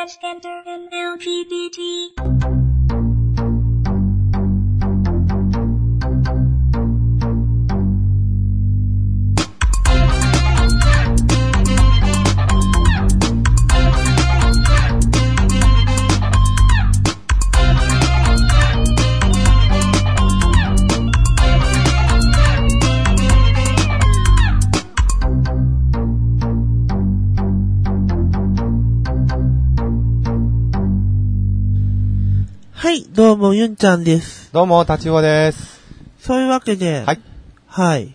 transgender and LGBT. はい、どうも、ゆんちゃんです。どうも、立ちおです。そういうわけで、はい。はい。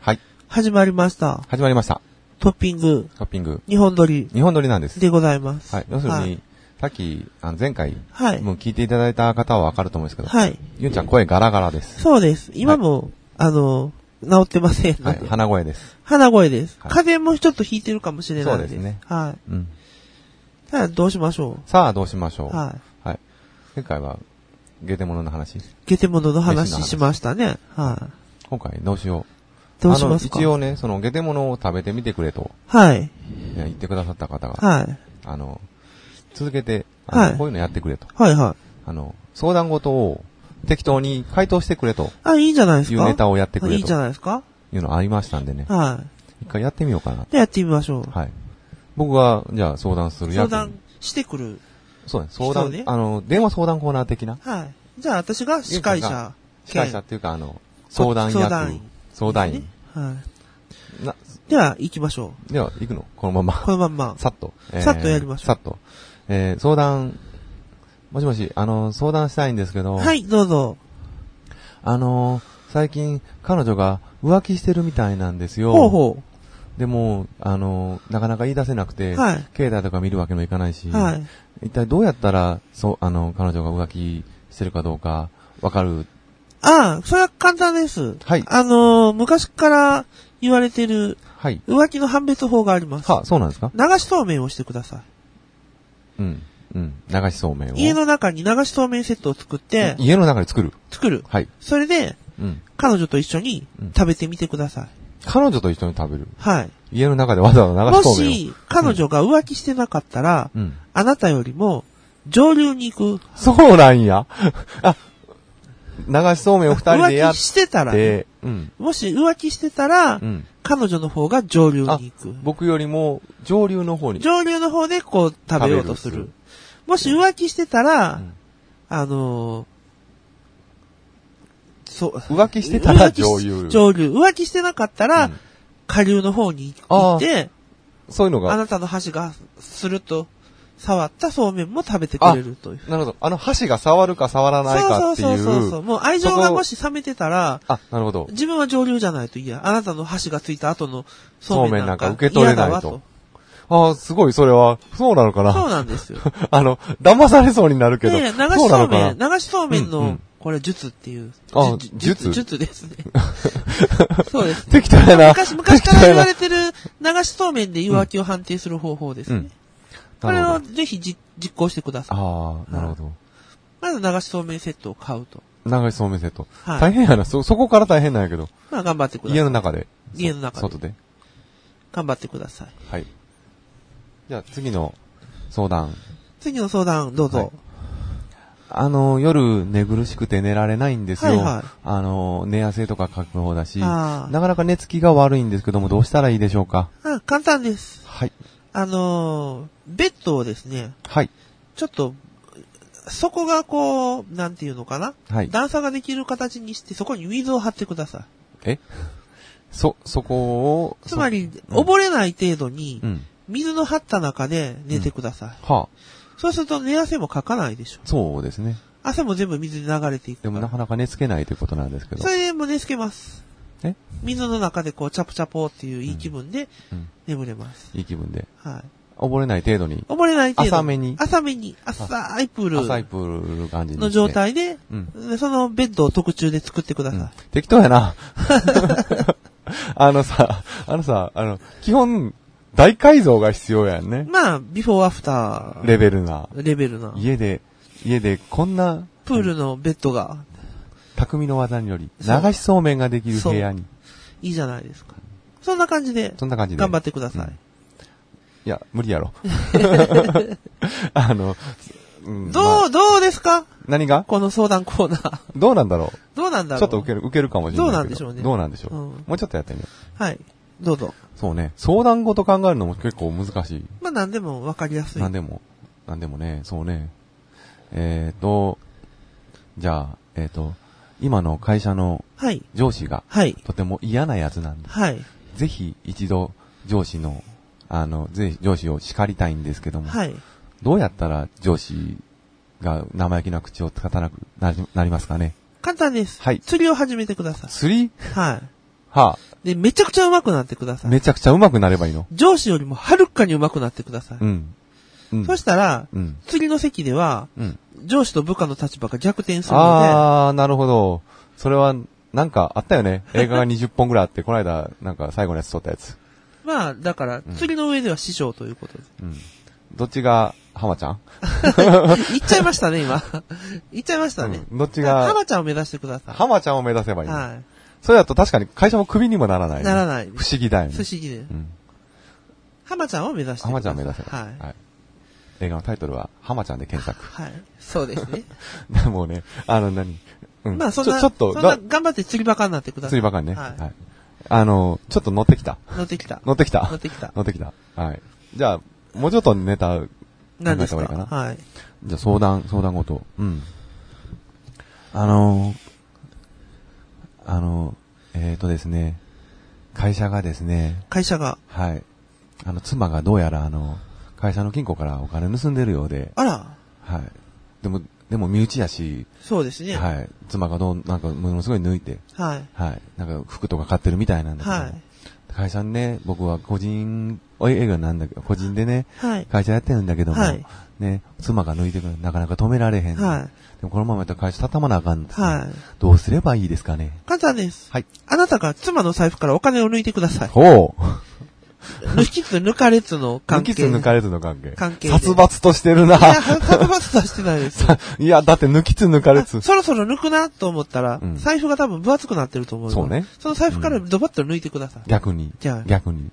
はい。始まりました。始まりました。トッピング、トッピング。日本撮り日本撮りなんです。でございます。はい。要するに、はい。さっき、あの、前回、はいもう聞いていただいた方はわかると思うんですけど、はいゆんちゃん声ガラガラです。そうです。今も、あの、治ってませんはのい。で。鼻声です。鼻声です。はい風邪もちょっと引いてるかもしれないです。そうですねはうん。い。ただ、どうしましょさあ、どうしましう。ょう。はい。はい。前回は、ゲテモノの話。ゲテモノの飯の話話しましたね。は今回、どうしよい。う。どうしますかあの、一応ね、その、ゲテモノを食べてみてくれと、はい。ね言ってくださった方が、はい。あの、続けて、あのはいこういうのやってくれと。はいはい。あの、相談事を適当に回答してくれと。あ、いいんじゃないですいかうネタをやってくあれいいんじゃとないですかいうのありましたんでね。は一回やってみようかな。い。で、やってみましょう。はい。僕が、じゃあ相談する相役。談。してくる。そうね、相人を談、ねあの、電話相談コーナー的な。はい。じゃあ、私が司会者。司会者っていうか、あの、相談役。相相談員談員。はな、い。では、行きましょでは、行くのこのまう。こま。の まんま。さっと。えーさっとやりましょうさっと。えー、相談、もしもし、あの、相談したいんですけど。は。い、どうぞ。あの、最近、彼女が浮気してるみたいなんですよ。ほうほでも、あの、なかなか言い出せなくて、はい携帯とか見るわけにもいかないし、う。はい。一体どうやったら、そう、あの、彼女が浮気してるかどうか、わかる。ああ、それは簡単です。はいあのー昔から言われてるはい。浮気の判別法があります。は、そうなんですか流しそうめんをしてくださうん。うん。流しそうめんを。い。家の中に流しそうめんセットを作って、家の中で作る。作る。はい。それで、うん。彼女と一緒にうん食べてみてください。彼女と一緒に食べる。はい。家の中でわざわざも流しそうめんを。し、彼女が浮気してなかったら、うん。あなたよりも、上流に行く。そうなんや。あ、流しそうめんを二人でや浮っ気してたらね、て、うん。もし浮気してたら、うん。彼女の方が上流に行く。僕よりも上流の方に。上流の方でこう食べようとす食べようると。もし浮気してたら、うんあのーそう。浮気してたら浮気し上流。上流。浮気してなかったら、うん下流の方に行って、そういうのあが、なたの箸がすると触ったそうめんも食べてくれるという。なるほど。あの箸が触るか触らないかそうってい。そううそうそう。もう愛情がもし冷めてたら、あ、なるほど。自分は上流じゃないといや、あなたの箸がついた後のそうめんなんかそうめんなんか受け取れないと嫌だわああ、すごい、それは、そうなのかそうな。なん ですよ。あの、騙されそうになるけど。で、流しそうなそうのめかん、な。流しそうめんうんうのん、これ、術っていう。あじ術術です ね。そうですね。適当やな。昔、昔から言われててる流しそうめんで湯沸きを判定する方法ですうね。ん。これなをるほどぜひじ実行してください。ああ、なるほまず流しそうめんセットを買うと。ど。流しそうめんセット。はい大変やな。そ、そこから大変なんやけど。まあ、頑張ってくだ家さい。の中で。家の中でそ外で。頑張ってください。はい。じゃあ、次の相談。次の相談、どうはいぞ。あの、夜寝苦しくて寝られないんですよ。はいはいあの、寝汗とかかく方だし、あなーかなか寝つきが悪いんですけども、どうしたらいいでしょうかあ簡単です。はい。あのーベッドをですね、はい。ちょっと、そこがこう、なんていうのかなはい。段差ができる形にして、そこにウィズを貼ってください。えそ、そこを、つまり、うん溺れない程度にそ、う、ん。水の張った中で寝てください。はあ、そうすると寝汗もかかないでしょ。そうですね。汗も全部水に流れていくかでら。もなかなか寝つけないということなんですけどそ。れでもう寝つけます。え水の中でこう、チャポチャポっていういい気分でうん。眠れます。いい気分で。はい。溺れない程度に、溺れない程度。浅めに浅めに、浅いプ浅いープール感じルに。の状。態で、うん。でそのベッドを特注で作ってくだうさい。ん、適当やな。 あのさ、あのさ、あの、基本、大改造が必要やんね。まあ、ビフォーアフターレベルな。レベルな。家で、家でこんな、プールのベッドが匠の技により、そう流しそうめんができる部屋に。いいじゃないですか。そんな感じで、そんな感じで。頑張ってください。うんいや、無 理やろ。あの、うんどう、まあどうですか何がこの相談コーナー。 どうなんだろどうなんだうろうちょっと受ける、受けるかもしれないけど。どうなんでしょうねどうなんでしょう。うんもうちょっとやってみよはい。どうぞ。う。そうね。相談事考えるのも結構難しい。まあ、なんでもわかりやすい。なんでも、なんでもね、そうね。えっ、ー、と、じゃあ、えっ、と、今の会社のはい。上司がはい。とても嫌なやつなんで、はい。ぜひ一度上司の、あの、ぜひ上司を叱りたいんですけども、はい。どうやったら上司が生意気な口を使たなくなりなりますかね簡単です。はい釣りを始めてください。釣りは。はいで、めちゃくちゃ上手くなってくだあ、さい。めちゃくちゃ上手くなればいいの上司よりもはるかに上手くなってください。うん。うん。そしたら、うん。釣りの席では、うん。上司と部下の立場が逆転するのあー、なるほど。それは、なんかあったよね。映画が20本ぐらいあって、この間、なんか最後のやつ撮ったやつ。で、まあ、だから、釣りの上では師匠ということで。うん。どっちが、浜ちゃん言っちゃいましたね、今。 言っちゃいましたね。うんどっちだからが、浜ちゃんを目指してください。浜ちゃんを目指せばいいの。はそれだと確かに会社もクビにもならないね、ならない不思議だよい。ね。不思議でう。ん。浜ちゃんを目指してくだ浜ちさゃい。んを目指せばいい。はい。はい。映画のタイトルは、浜ちゃんで検索。はい。そうですね。もうね、あの、何 うん。まあ、そんな、ちょ、ちょっと、そんなが、頑張って釣りバカになってくださ釣い。りばかりね。ははいい。あの、ちょっと乗ってきた。乗ってきた。乗ってきた。乗ってきた乗ってきた。はい。じゃあ、もうちょっとネタ、何ですか考えた方がいいかはい。じゃあ相談、相談事。うん。あのー、あのー、えっ、ー、とですね、会社がですね、会社が、はい。あの、妻がどうやらあの、会社の金庫からお金盗んでるようで、あら、はい。でも、でも身内やし、そうですね。はい。はい。妻がどう、なんかものすごい抜いて、はい。はい。なんか服とか買ってるみたいなんだけど、はい。会社にね、僕は個人、お営業なんだけど、個人でね、はい。会社やってるんだけども、はいね、妻が抜いてくるなかなか止められへん。はいでもこのままやったら会社畳まなあかんですね、はい。どうすればいいですかね。簡単です。はい。あなたが妻の財布からお金を抜いてくださ い。ほう。抜きつ抜かれつの関抜係。きつ抜かれつの関係。関係で。殺伐としてるないや、殺伐とはしてないです。 いや、だって抜きつ抜かれあつ。そろそろ抜くなと思ったらう、ん財布が多分分厚くなってると思う。そうね。その財布からドバッと抜いてください。逆に。じゃあ逆に。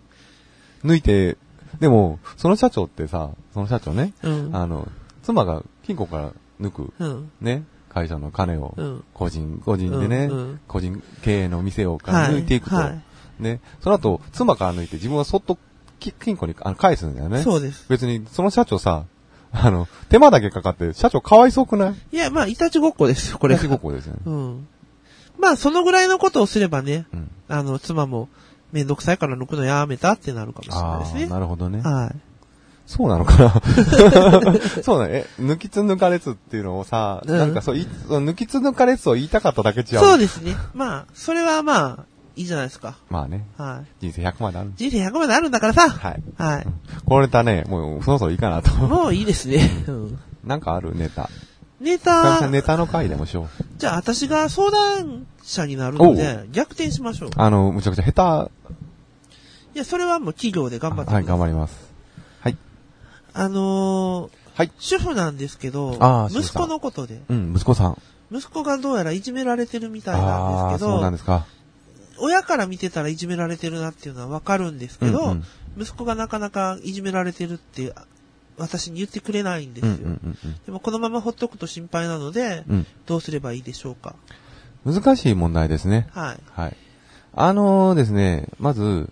抜いて、でも、その社長ってさ、その社長ね、うん。あの、妻が金庫から抜く、うん。ね、会社の金を、うん。個人、個人でね、うんうん個人経営の店をから抜いていくと、ははいね、その後、妻から抜いて自分はそっとき金庫にあの返すんだよね。そうです。別に、その社長さ、あの、手間だけかかって、社長かわいそうくないいや、まあ、いたちごっこですよ、これ。ごっこ ですよね。うん。まあ、そのぐらいのことをすればね、うん。あの、妻も、めんどくさいから抜くのやめたってなるかもしれないあですあ、ね。なるほどね。はい。そうなのかな そうだね。え抜きつ抜かれつっていうのをさ、うんなんかそう、いそう抜きつ抜かれつを言いたかっただけ違う。そうですね。まあ、それはまあ、いいじゃないですか。まあね、はい。人生100まである。人生100まであるんだからさ。はい。はい。 これネタね、もうそろそろいいかなと。 もういいですね。うんなんかあるネタ。ネ久タ々、ネタの回でもしよう。じゃあ私が相談者になるのおで、逆転しましょう。あの、むちゃくちゃ下いや、それはもう企業で手。頑張ってくださはい、い。頑張ります。はい。あのー、はい。主婦なんですけどあ、ー主婦息さん子のことで、うん、息子さん。息子がどうやらいじめられてるみたいなんあであ、すけそうなど、んですか。親から見てたらいじめられてるなっていうのはわかるんですけど、うんうん息子がなかなかいじめられてるって、あ私に言ってくれないんですうん、うよ。ん、うんでもこのままほっとくと心配なので、うん、どうすればいいでしょうか。うん。難しい問題ですね。はい。はい。あのーですね、まず、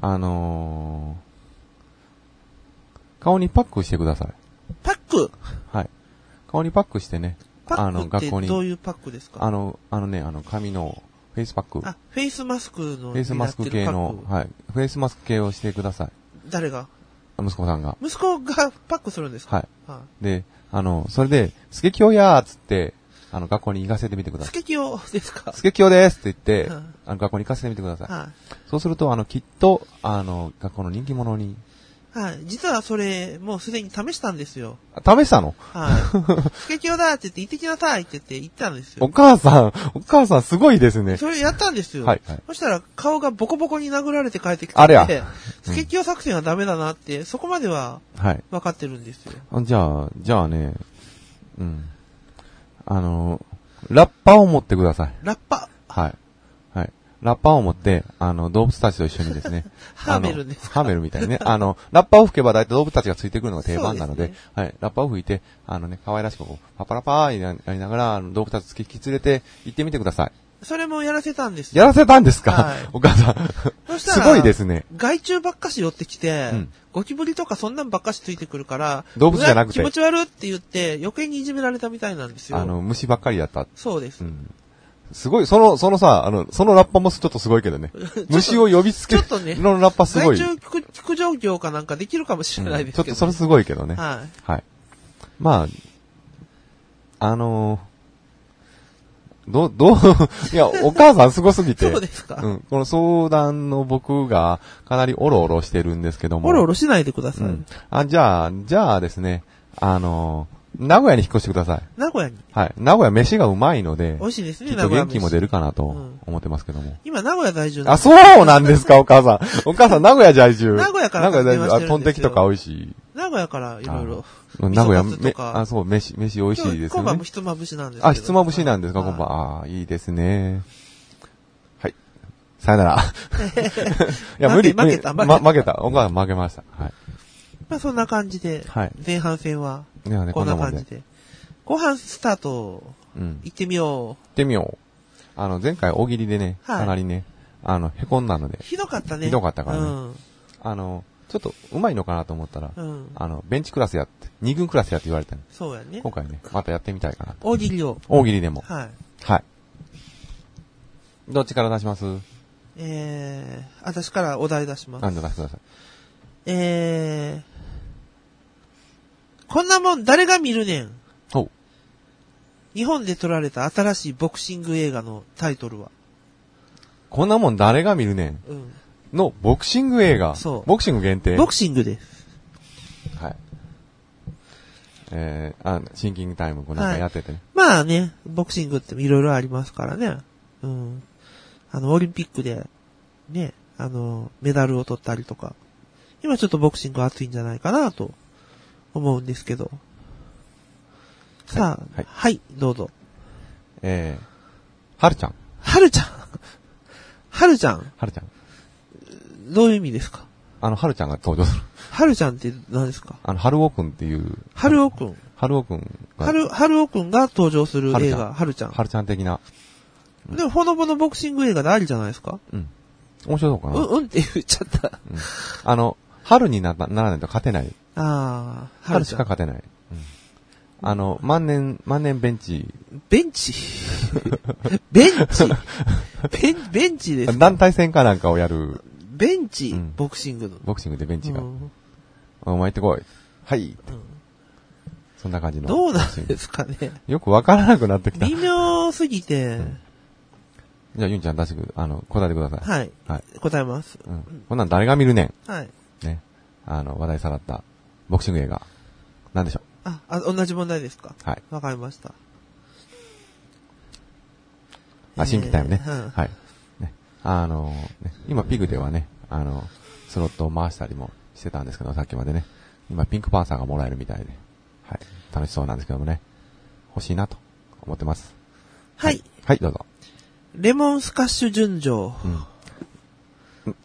あのー、顔にパックしてください。パックはい。顔にパックしてね。パあの、ックっ学校てに。どういうパックですかあの、あのね、あの、髪の、フェイスパック。あ、フェイスマスクの。フェイスマスク系の、はい。フェイスマスク系をしてください。誰が息子さんが。息子がパックするんですかはい。はで、あの、それで、スケキヨやーっつって、あの、学校に行かせてみてくい。ださスい。ケキヨですかスケキヨですって言ってはい、あの、学校に行かせてみてくださ。はいそうすると、あの、きっと、あの、学校の人気者に、い。はい。実はそれ、もうすでに試したんですよ。あ試したの はい。スケキヨだって言って行ってきなさいって言って行ったんですおよ。母さん、お母さんすごいですね。それやったんですよ。はいはいそしたら顔がボコボコに殴られて帰ってきて、ありゃスケキヨ作戦はダメだなって、そこまでははい。分かってるんですよ。あじゃあ、じゃあね、うん。あの、ラッパを持ってください。ラッパ。。はい。はい。ラッパーを持って、あの、動物たちと一緒にですね ハーメルですあのハーメルみたいにね。あの、ラッパーを吹けば大体動物たちがついてくるのが定番なのそうで、ですはい、ラッパーを吹いて、あのね、可愛らしくこう、パパラパーやりながら、あの動物たち引き連れて行ってみてください。それもやらせたんですよやらせたんですか、はい お母さん。そしたすらごいですね。害虫ばっかし寄ってきて、うんゴキブリとかそんなんばっかしついてくるから、動物じゃなくてうわ気持ち悪いって言って、余計にいじめられたみたいなんですよ。あの、虫ばっかりやった。そうです。うん。すごい、その、そのさ、あの、そのラッパもちょっとすごい けどね。虫を呼びつけちょっとねのラッパすごい。害虫駆駆除業かなんかできるかもしれないうんでちすょっけど、とそれすごいけどね。はい。はい。まあ、あのーど、どう、 いや、お母さんすごすぎて。そうですかん。この相談の僕がかなりオロオロしてるんですけども。おろおろしないでくださうい。ん。あ、じゃあ、じゃあですね、あのー名古屋に引っ越してください。名古屋に。はい。名古屋飯がうまいので美、味しいですきね、っ名と古屋元飯気も出るかなうとん思ってますけども。今、名古屋在住なんあ、でそうなんですか、お母さん。お母さん、名古屋在住。名古屋から名古屋在電話してるんです住。よあ、トンテキとか美味しい。名古屋からいろいろ。名古屋、味噌カツめと、かあ、そう、飯、飯美味しいですよ今晩ねも。ひつまぶしなんですけどあ、ひつまぶしなんですか、はいこんばんは。あーいいですね。はい。さよ なら。いや、無理、負けた無理負けたま負けた。お母さん負けました。はい。まあそんな感じで、はい前半戦は、ではね、ここんんななもん感じで。で。後半スタート、うん。行行ってみよう。ってみよう。あの、前回大喜利でね、はいかなりね、あの、へこんだので、ひどかったね。ひどかったからねうん。あの、ちょっと、うまいのかなと思ったら、うん。あの、ベンチクラスやって、二軍クラスやって言われたの。そうやね。今回ね、またやってみたいかなと。大喜利を。大喜利でも。はい。はい。どっちから出しますえー、私からお題出します。何で出してください。えー、こんなもん誰が見るねん。ほう。日本で撮られた新しいボクシング映画のタイトルは。こんなもん誰が見るねんうん。のボクシング映画。そうボクシング限定。ボクシングです。はい。えー、あ、シンキングタイム、こうなんかやっててね。まあね、ボクシングっていろいろありますからね。うん。あの、オリンピックで、ね、あの、メダルを取ったりとか。今ちょっとボクシング熱いんじゃないかなと思うんですけど。さあ、ははいい、どうぞ。えー、はるちゃん。はるちゃん。 はるちゃん、はるちゃん。どういう意味ですかあの、はるちゃんが登場する。はるちゃんって何ですかあの、はるおくんっていう、はるおくん。はるおくんが、はる、はるおくんが登場する映はるちゃ画、はるちゃん。はるちゃん的な。でも、ほのぼのボクシング映画でありじゃないですかうん。面白そうかうな。ん、うんって言っちゃった。あの、春にな、ならないと勝てない。ああ、は春るちしゃかん。勝てない。うん、あの、万年、万年ベンチ。ベンチ ベンチベン、ベンチです。団体戦かなんかをやる、ベンチ、うんボクシングの。ボクシングでベンチが。うんお前行ってこい。はい。うんそんな感じの。どうなんですかねよくわからなくなってきた。微じ妙すぎて、んゃあ、ゆんちゃん出してく、あの、答えてください。はい、はい。答えます。うん。こんなん誰が見るねはい。ん。ね。あの、話題さらった、ボクシング映画。なんでしょあ、あ、同じ問題ですかう。はい。わかりました。あ、新規タイムね。えーうんはい。ね。あの、ね、今、ピグではね、あの、スロットを回したりもしてたんですけど、さっきまでね。今、ピンクパンサーがもらえるみたいで。はい。楽しそうなんですけどもね。欲しいなと思ってます。はい。はい、どうぞ。レモンスカッシュ純情。うん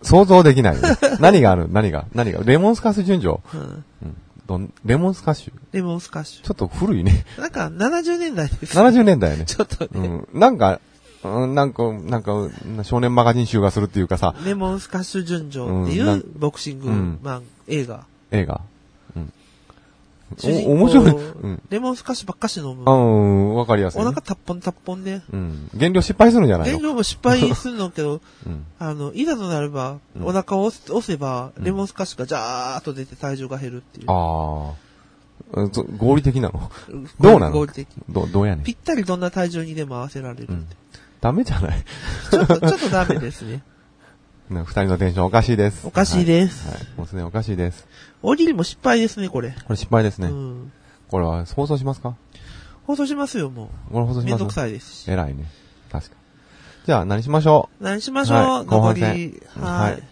想像できないよね。 何がある何が何がレモンスカッシュ順序うん。うん。どん、レモンスカッシュレモンスカッシちょっと古いね。ュ。なんか、70年代です。 70年代よね。ちょっとうね、ん。なんか、うんなんか、なんか、少年マガジン集がするっていうかさ、レモンスカッシュ純情っていうんなんうボクシングうんマン、映画。映画。うん。主人公お、面白い。うん。レモンスカッシュばっかし飲む。あおうん、わかりやすいね。腹タッポンタッポンで。うん。減量失敗するんじゃない原の料も失敗するのけど、 うん。あの、いざとなれば、うんお腹を押す押せば、うんレモンスカッシュがジャーっと出て体重が減るっていう。ああ。うんそ合理的なの うんどうなの合理的。ど、どうやねんぴ。ったりどんな体重にでも合わせられるって。 うんダメじゃない ちょっと、ちょっとダメですね。な二人のテンションおかしいです。おかしいです。はい。はい。もうすでにおかしいです。大喜利も失敗ですね、これ。これ失敗ですうね。ん。これは放送しますか放送しますよ、もこれ放送う。しめまんすどくさいですし。偉いね。確か。じゃあ何しましょ何しましょう、はい後残半り。戦ははいい。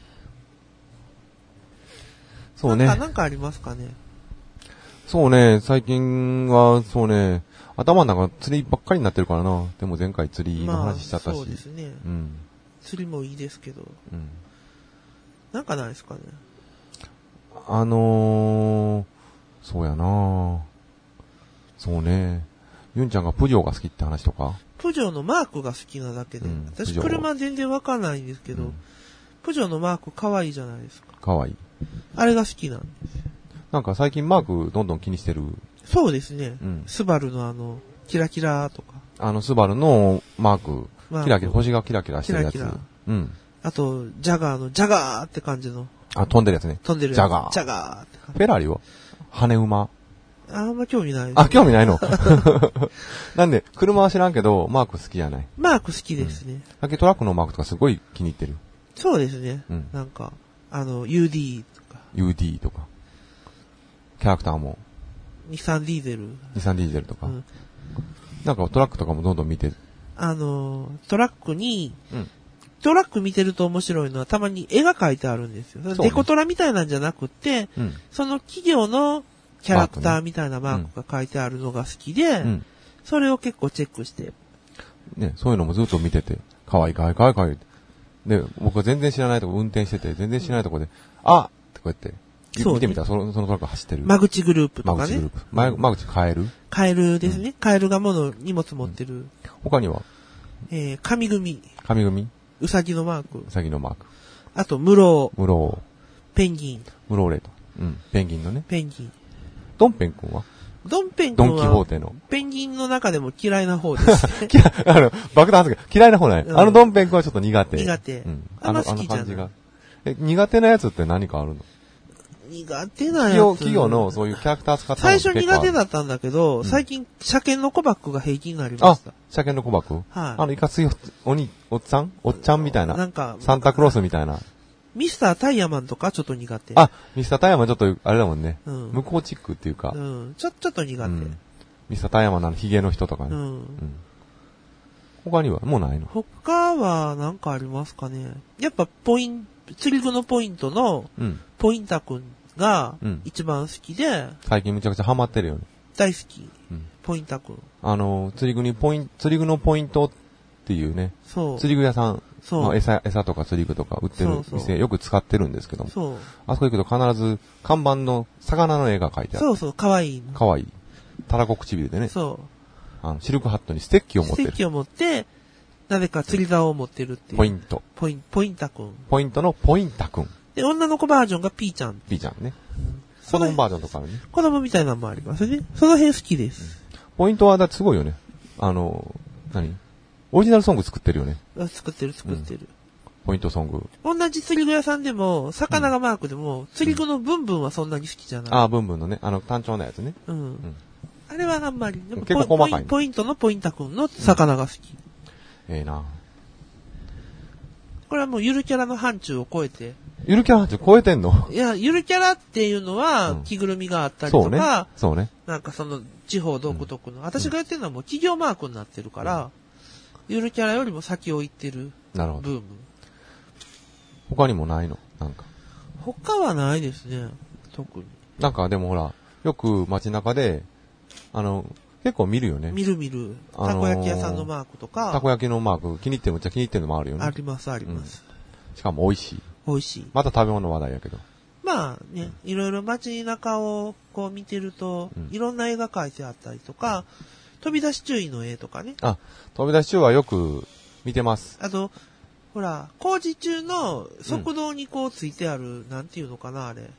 うそうねなん。か、なんかありますかね。そうね。最近は、そうね。頭の中釣りばっかりになってるからな。でも前回釣りの話しちゃったし。まあ、そうですね。うん。釣りもいいですけど、うん。なんかないですかね。あのー、そうやなそうね。ユンちゃんがプジョーが好きって話とかプジョーのマークが好きなだけで、うんプ私ジョー車全然わかんないんですけど、うんプジョーのマーク可愛いじゃないですか。かわいい。あれが好きなんでなんか最近マークどんどん気にしてる。す。そうですね。うん。スバルのあの、キラキラとか、あの、スバルのマーク。まあキラキラ、星がキラキラしてるやつ。キラキラうん。あと、ジャガーの、ジャガーって感じの、あ、飛んでるやつね。飛んでるやつジャガージャガーって感フェラーリは羽馬。じ。あんま興味ないです。あ、興味ないの なんで、車は知らんけど、マーク好きじゃない。マーク好きですね。さっきトラックのマークとかすごい気に入ってる。そうですね。うんなんか、あの、UD とか、 UD とか。キャラクターも、日産ディーゼル。日産ディーゼルとか。うんなんかトラックとかもどんどん見てる。あの、トラックに、うんトラック見てると面白いのはたまに絵が描いてあるんですよ。ねデコトラみたいなんじゃなくって、うん。その企業のキャラクタマークーみたいなマークが書いてあるのが好きで、うん。それを結構チェックして、ね、そういうのもずっと見てて、かわいいかわいいかわいいかわいい。で、僕は全然知らないとこ運転してて、全然知らないとこで、あってこうやって、ゆそうね見てみたらその、そのトラック走ってる。間口グループとマかグチグルねー、プ。マグマグチ変えるカエルですね。カエルが物、荷物持ってる、他には、えー、神組、神組ウサギのマークう、さぎのマーク。あと、ムロムロペンギン、ウ、ムロウレイと。うん。ペンギンのね。ペンギン。ドンペン君はドンペンド君ンキホーは、テの。ペンギンの中でも嫌いな方です ね。嫌い、あの、爆弾発言。嫌いな方ない。うんあのドンペン君はちょっと苦手。苦手うん。あんま好きじゃないあのあの感が。え、苦手なやつって何かあるの苦手なやつ。企業、企業のそういうキャラクター使った最の初苦手っだったんだけど、ん最近、車検の小バックが平気になりまあした。、車検の小爆はいあの、いかついお鬼、おっちゃんおっちゃんみたいなな。んか、サンタクロースみたいな。ミスタータイヤマンとかちょっと苦手。あ、ミスタータイヤマンちょっと、あれだもんね。うん向こうチックっていうかう。ん。ちょ、ちょっと苦う手。んミスタータイヤマンのあのヒゲの人とかね。ううんん。他にはもうないの他はなんかありますかね。やっぱポイン、釣り具のポイントのうん。ポインタ君がうん一番好きで、最近むちゃくちゃハマってるよね。大好き。うんポインタ君。あの、釣り具にポイント、釣り具のポイントっていうね、そう。釣り具屋さん、まそあう。餌、餌とか釣り具とか売ってそるうそう店、よく使ってるんですけども、そう。あそこ行くと必ず看板の魚の絵が描いてある。そうそう、可愛いの。かわいい。たらこ唇でね、そあの、シルクハットにステッキう。を持っステてるッ。キを持って、なぜか釣り竿を持ってるっていう。ポイント。ポイン、ポインタ君。ポイントのポインタくん。で、女の子バージョンがピーちゃん。ピーちゃんね。子供バージョンとかあるね。子供みたいなのもありますね。その辺好きです。ポイントはだってすごいよね。あの、何オリジナルソング作ってるよね。あ作ってる作ってる。ポイントソング。同じ釣り具屋さんでも、魚がマークでも、釣り具のブンブンはそんなに好きじゃない。ああ、ブンブンのね、あの、単調なやつね。うん。んあれはあんまり、結構細かいポイねンポイントのポインタ君の魚が好き。ええなこれはもうゆるキャラの範疇を超えて。ゆるキャラちょ超えてんのいや、ゆるキャラっていうのはうん、着ぐるみがあったりそうとねか、。そうね。なんかその地方独特の、私がやってるのはもう企業マークになってるから、ゆるキャラよりも先を行ってるなるブほーど。ム。他にもないのなんか。他はないですね、特に。なんかでもほら、よく街中で、あの、結構見るよね。みるみる、あのーたこ焼き屋さんのマークとたか、こ焼きのマーク、気に入ってるもちゃ気に入ってるのもあるよあね。りますあります。しかも美味しい。美味しい。また食べ物の話題やけど。まあね、いろいろ街中をこう見てるとうん、いろんな絵が描いてあったりとか、飛び出し注意の絵とかね。あ、飛び出し中はよく見てます。あと、ほら、工事中の側道にこうついてある、なんていうのかな、あれ。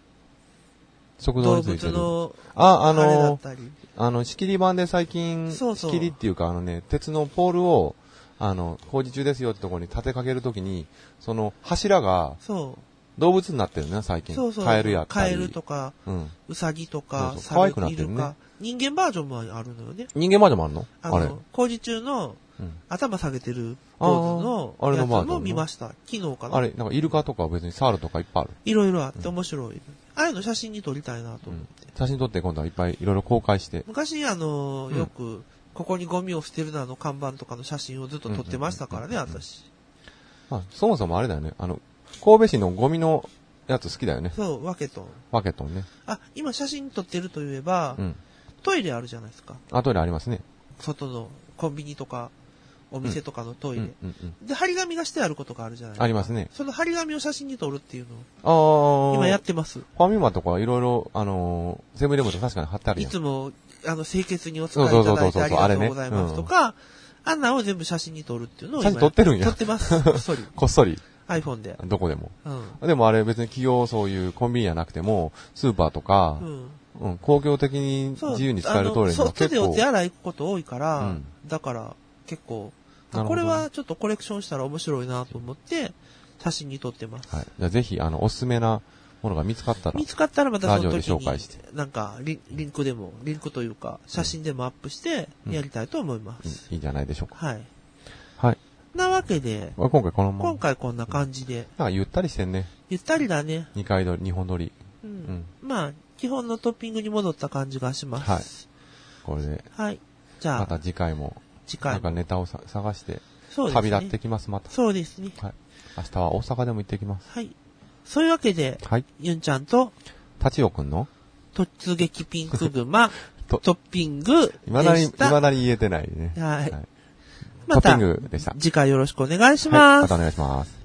食堂動について物る。の、あ、ああれだのっ、たり。あの、仕切り板で最近、そうそう仕切りっていうか、あのね、鉄のポールを、あの、工事中ですよってところに立てかけるときに、その柱がそ動物になってるね、最う。近。そうそう。カエルやったカり。エルとか、うん。ウサギとか、そうそうサ可ル愛くなってるねイルカ人間バージョンもあるのよね。人間魔女もあるのああの、れ。工事中のうん頭下げてるポーズのあーあれのやつバージョもンの見ました。昨日かな。あれ、なんかイルカとか別にサールとかいっぱいある。いろいろあって面白い。ああいうの写真に撮りたいなと思って。写真撮って今度はいっぱいいろいろ公開して。昔、あのうー、んよく、ここにゴミを捨てるなの看板とかの写真をずっと撮ってましたからね、私。まあ、そもそもあれだよね。あの、神戸市のゴミのやつ好きだよね。そう、わけと。ワケトンね。あ、今写真撮ってるといえばう、ん。トイレあるじゃないですか。あ、トイレありますね。外のコンビニとか、お店とかのトイレ。うんうんうんで、張り紙がしてあることがあるじゃないですか。ありますねその張り紙を写真に撮るっていうのああを、。今やってます。ファミマとかいろいろ、あのーセブンイレブンと確かに貼ってあるいやん。つも、あの、清潔にお使いいただいてそうそうそうそうありがとうございあれまねすとか、あんなんを全部写真に撮るっていうのを写真撮ってるんや撮ってます。 こっそり。こっそり、 iPhone で。どこでも。うん。でもあれ別に企業そういうコンビニじゃなくても、スーパーとかう、ん。うん、公共的に自由に使えるトイレにそうあはのそう手結でお構手、洗い行くこと多いから、うんだから、結構、なるほどねこれはちょっとコレクションしたら面白いなと思って、写真に撮ってます。はい。じゃあぜひ、あの、おすすめなものが見つかったら見、つかったらまたその時ラジオで紹介にして、なんかリン、リンクでも、リンクというか、写真でもアップして、うんやりたいと思いまうんす。いいんじゃないでしょうか。はい。はい。なわけで、まあ今回このまま、今回こんな感じで、なんかゆったりしてんね。ゆったりだね。二回取り、二本取り。うん。うん。まあ、基本のトッピングに戻った感じがします。これで、はい。じゃまあ、た次回も、次な回んかネタをさ探して、そうですね。旅立ってきます、また。そうですね。はい。明日は大阪でも行ってきます。はい。そういうわけで、はい。ユンちゃんと、立ちくんの突撃ピンク熊、 とトッピングでいまだに、いした。まだに言えてないね。はいはい。まトッたピン、グでした。次回よろしくお願いしはいま。ますたお願いします。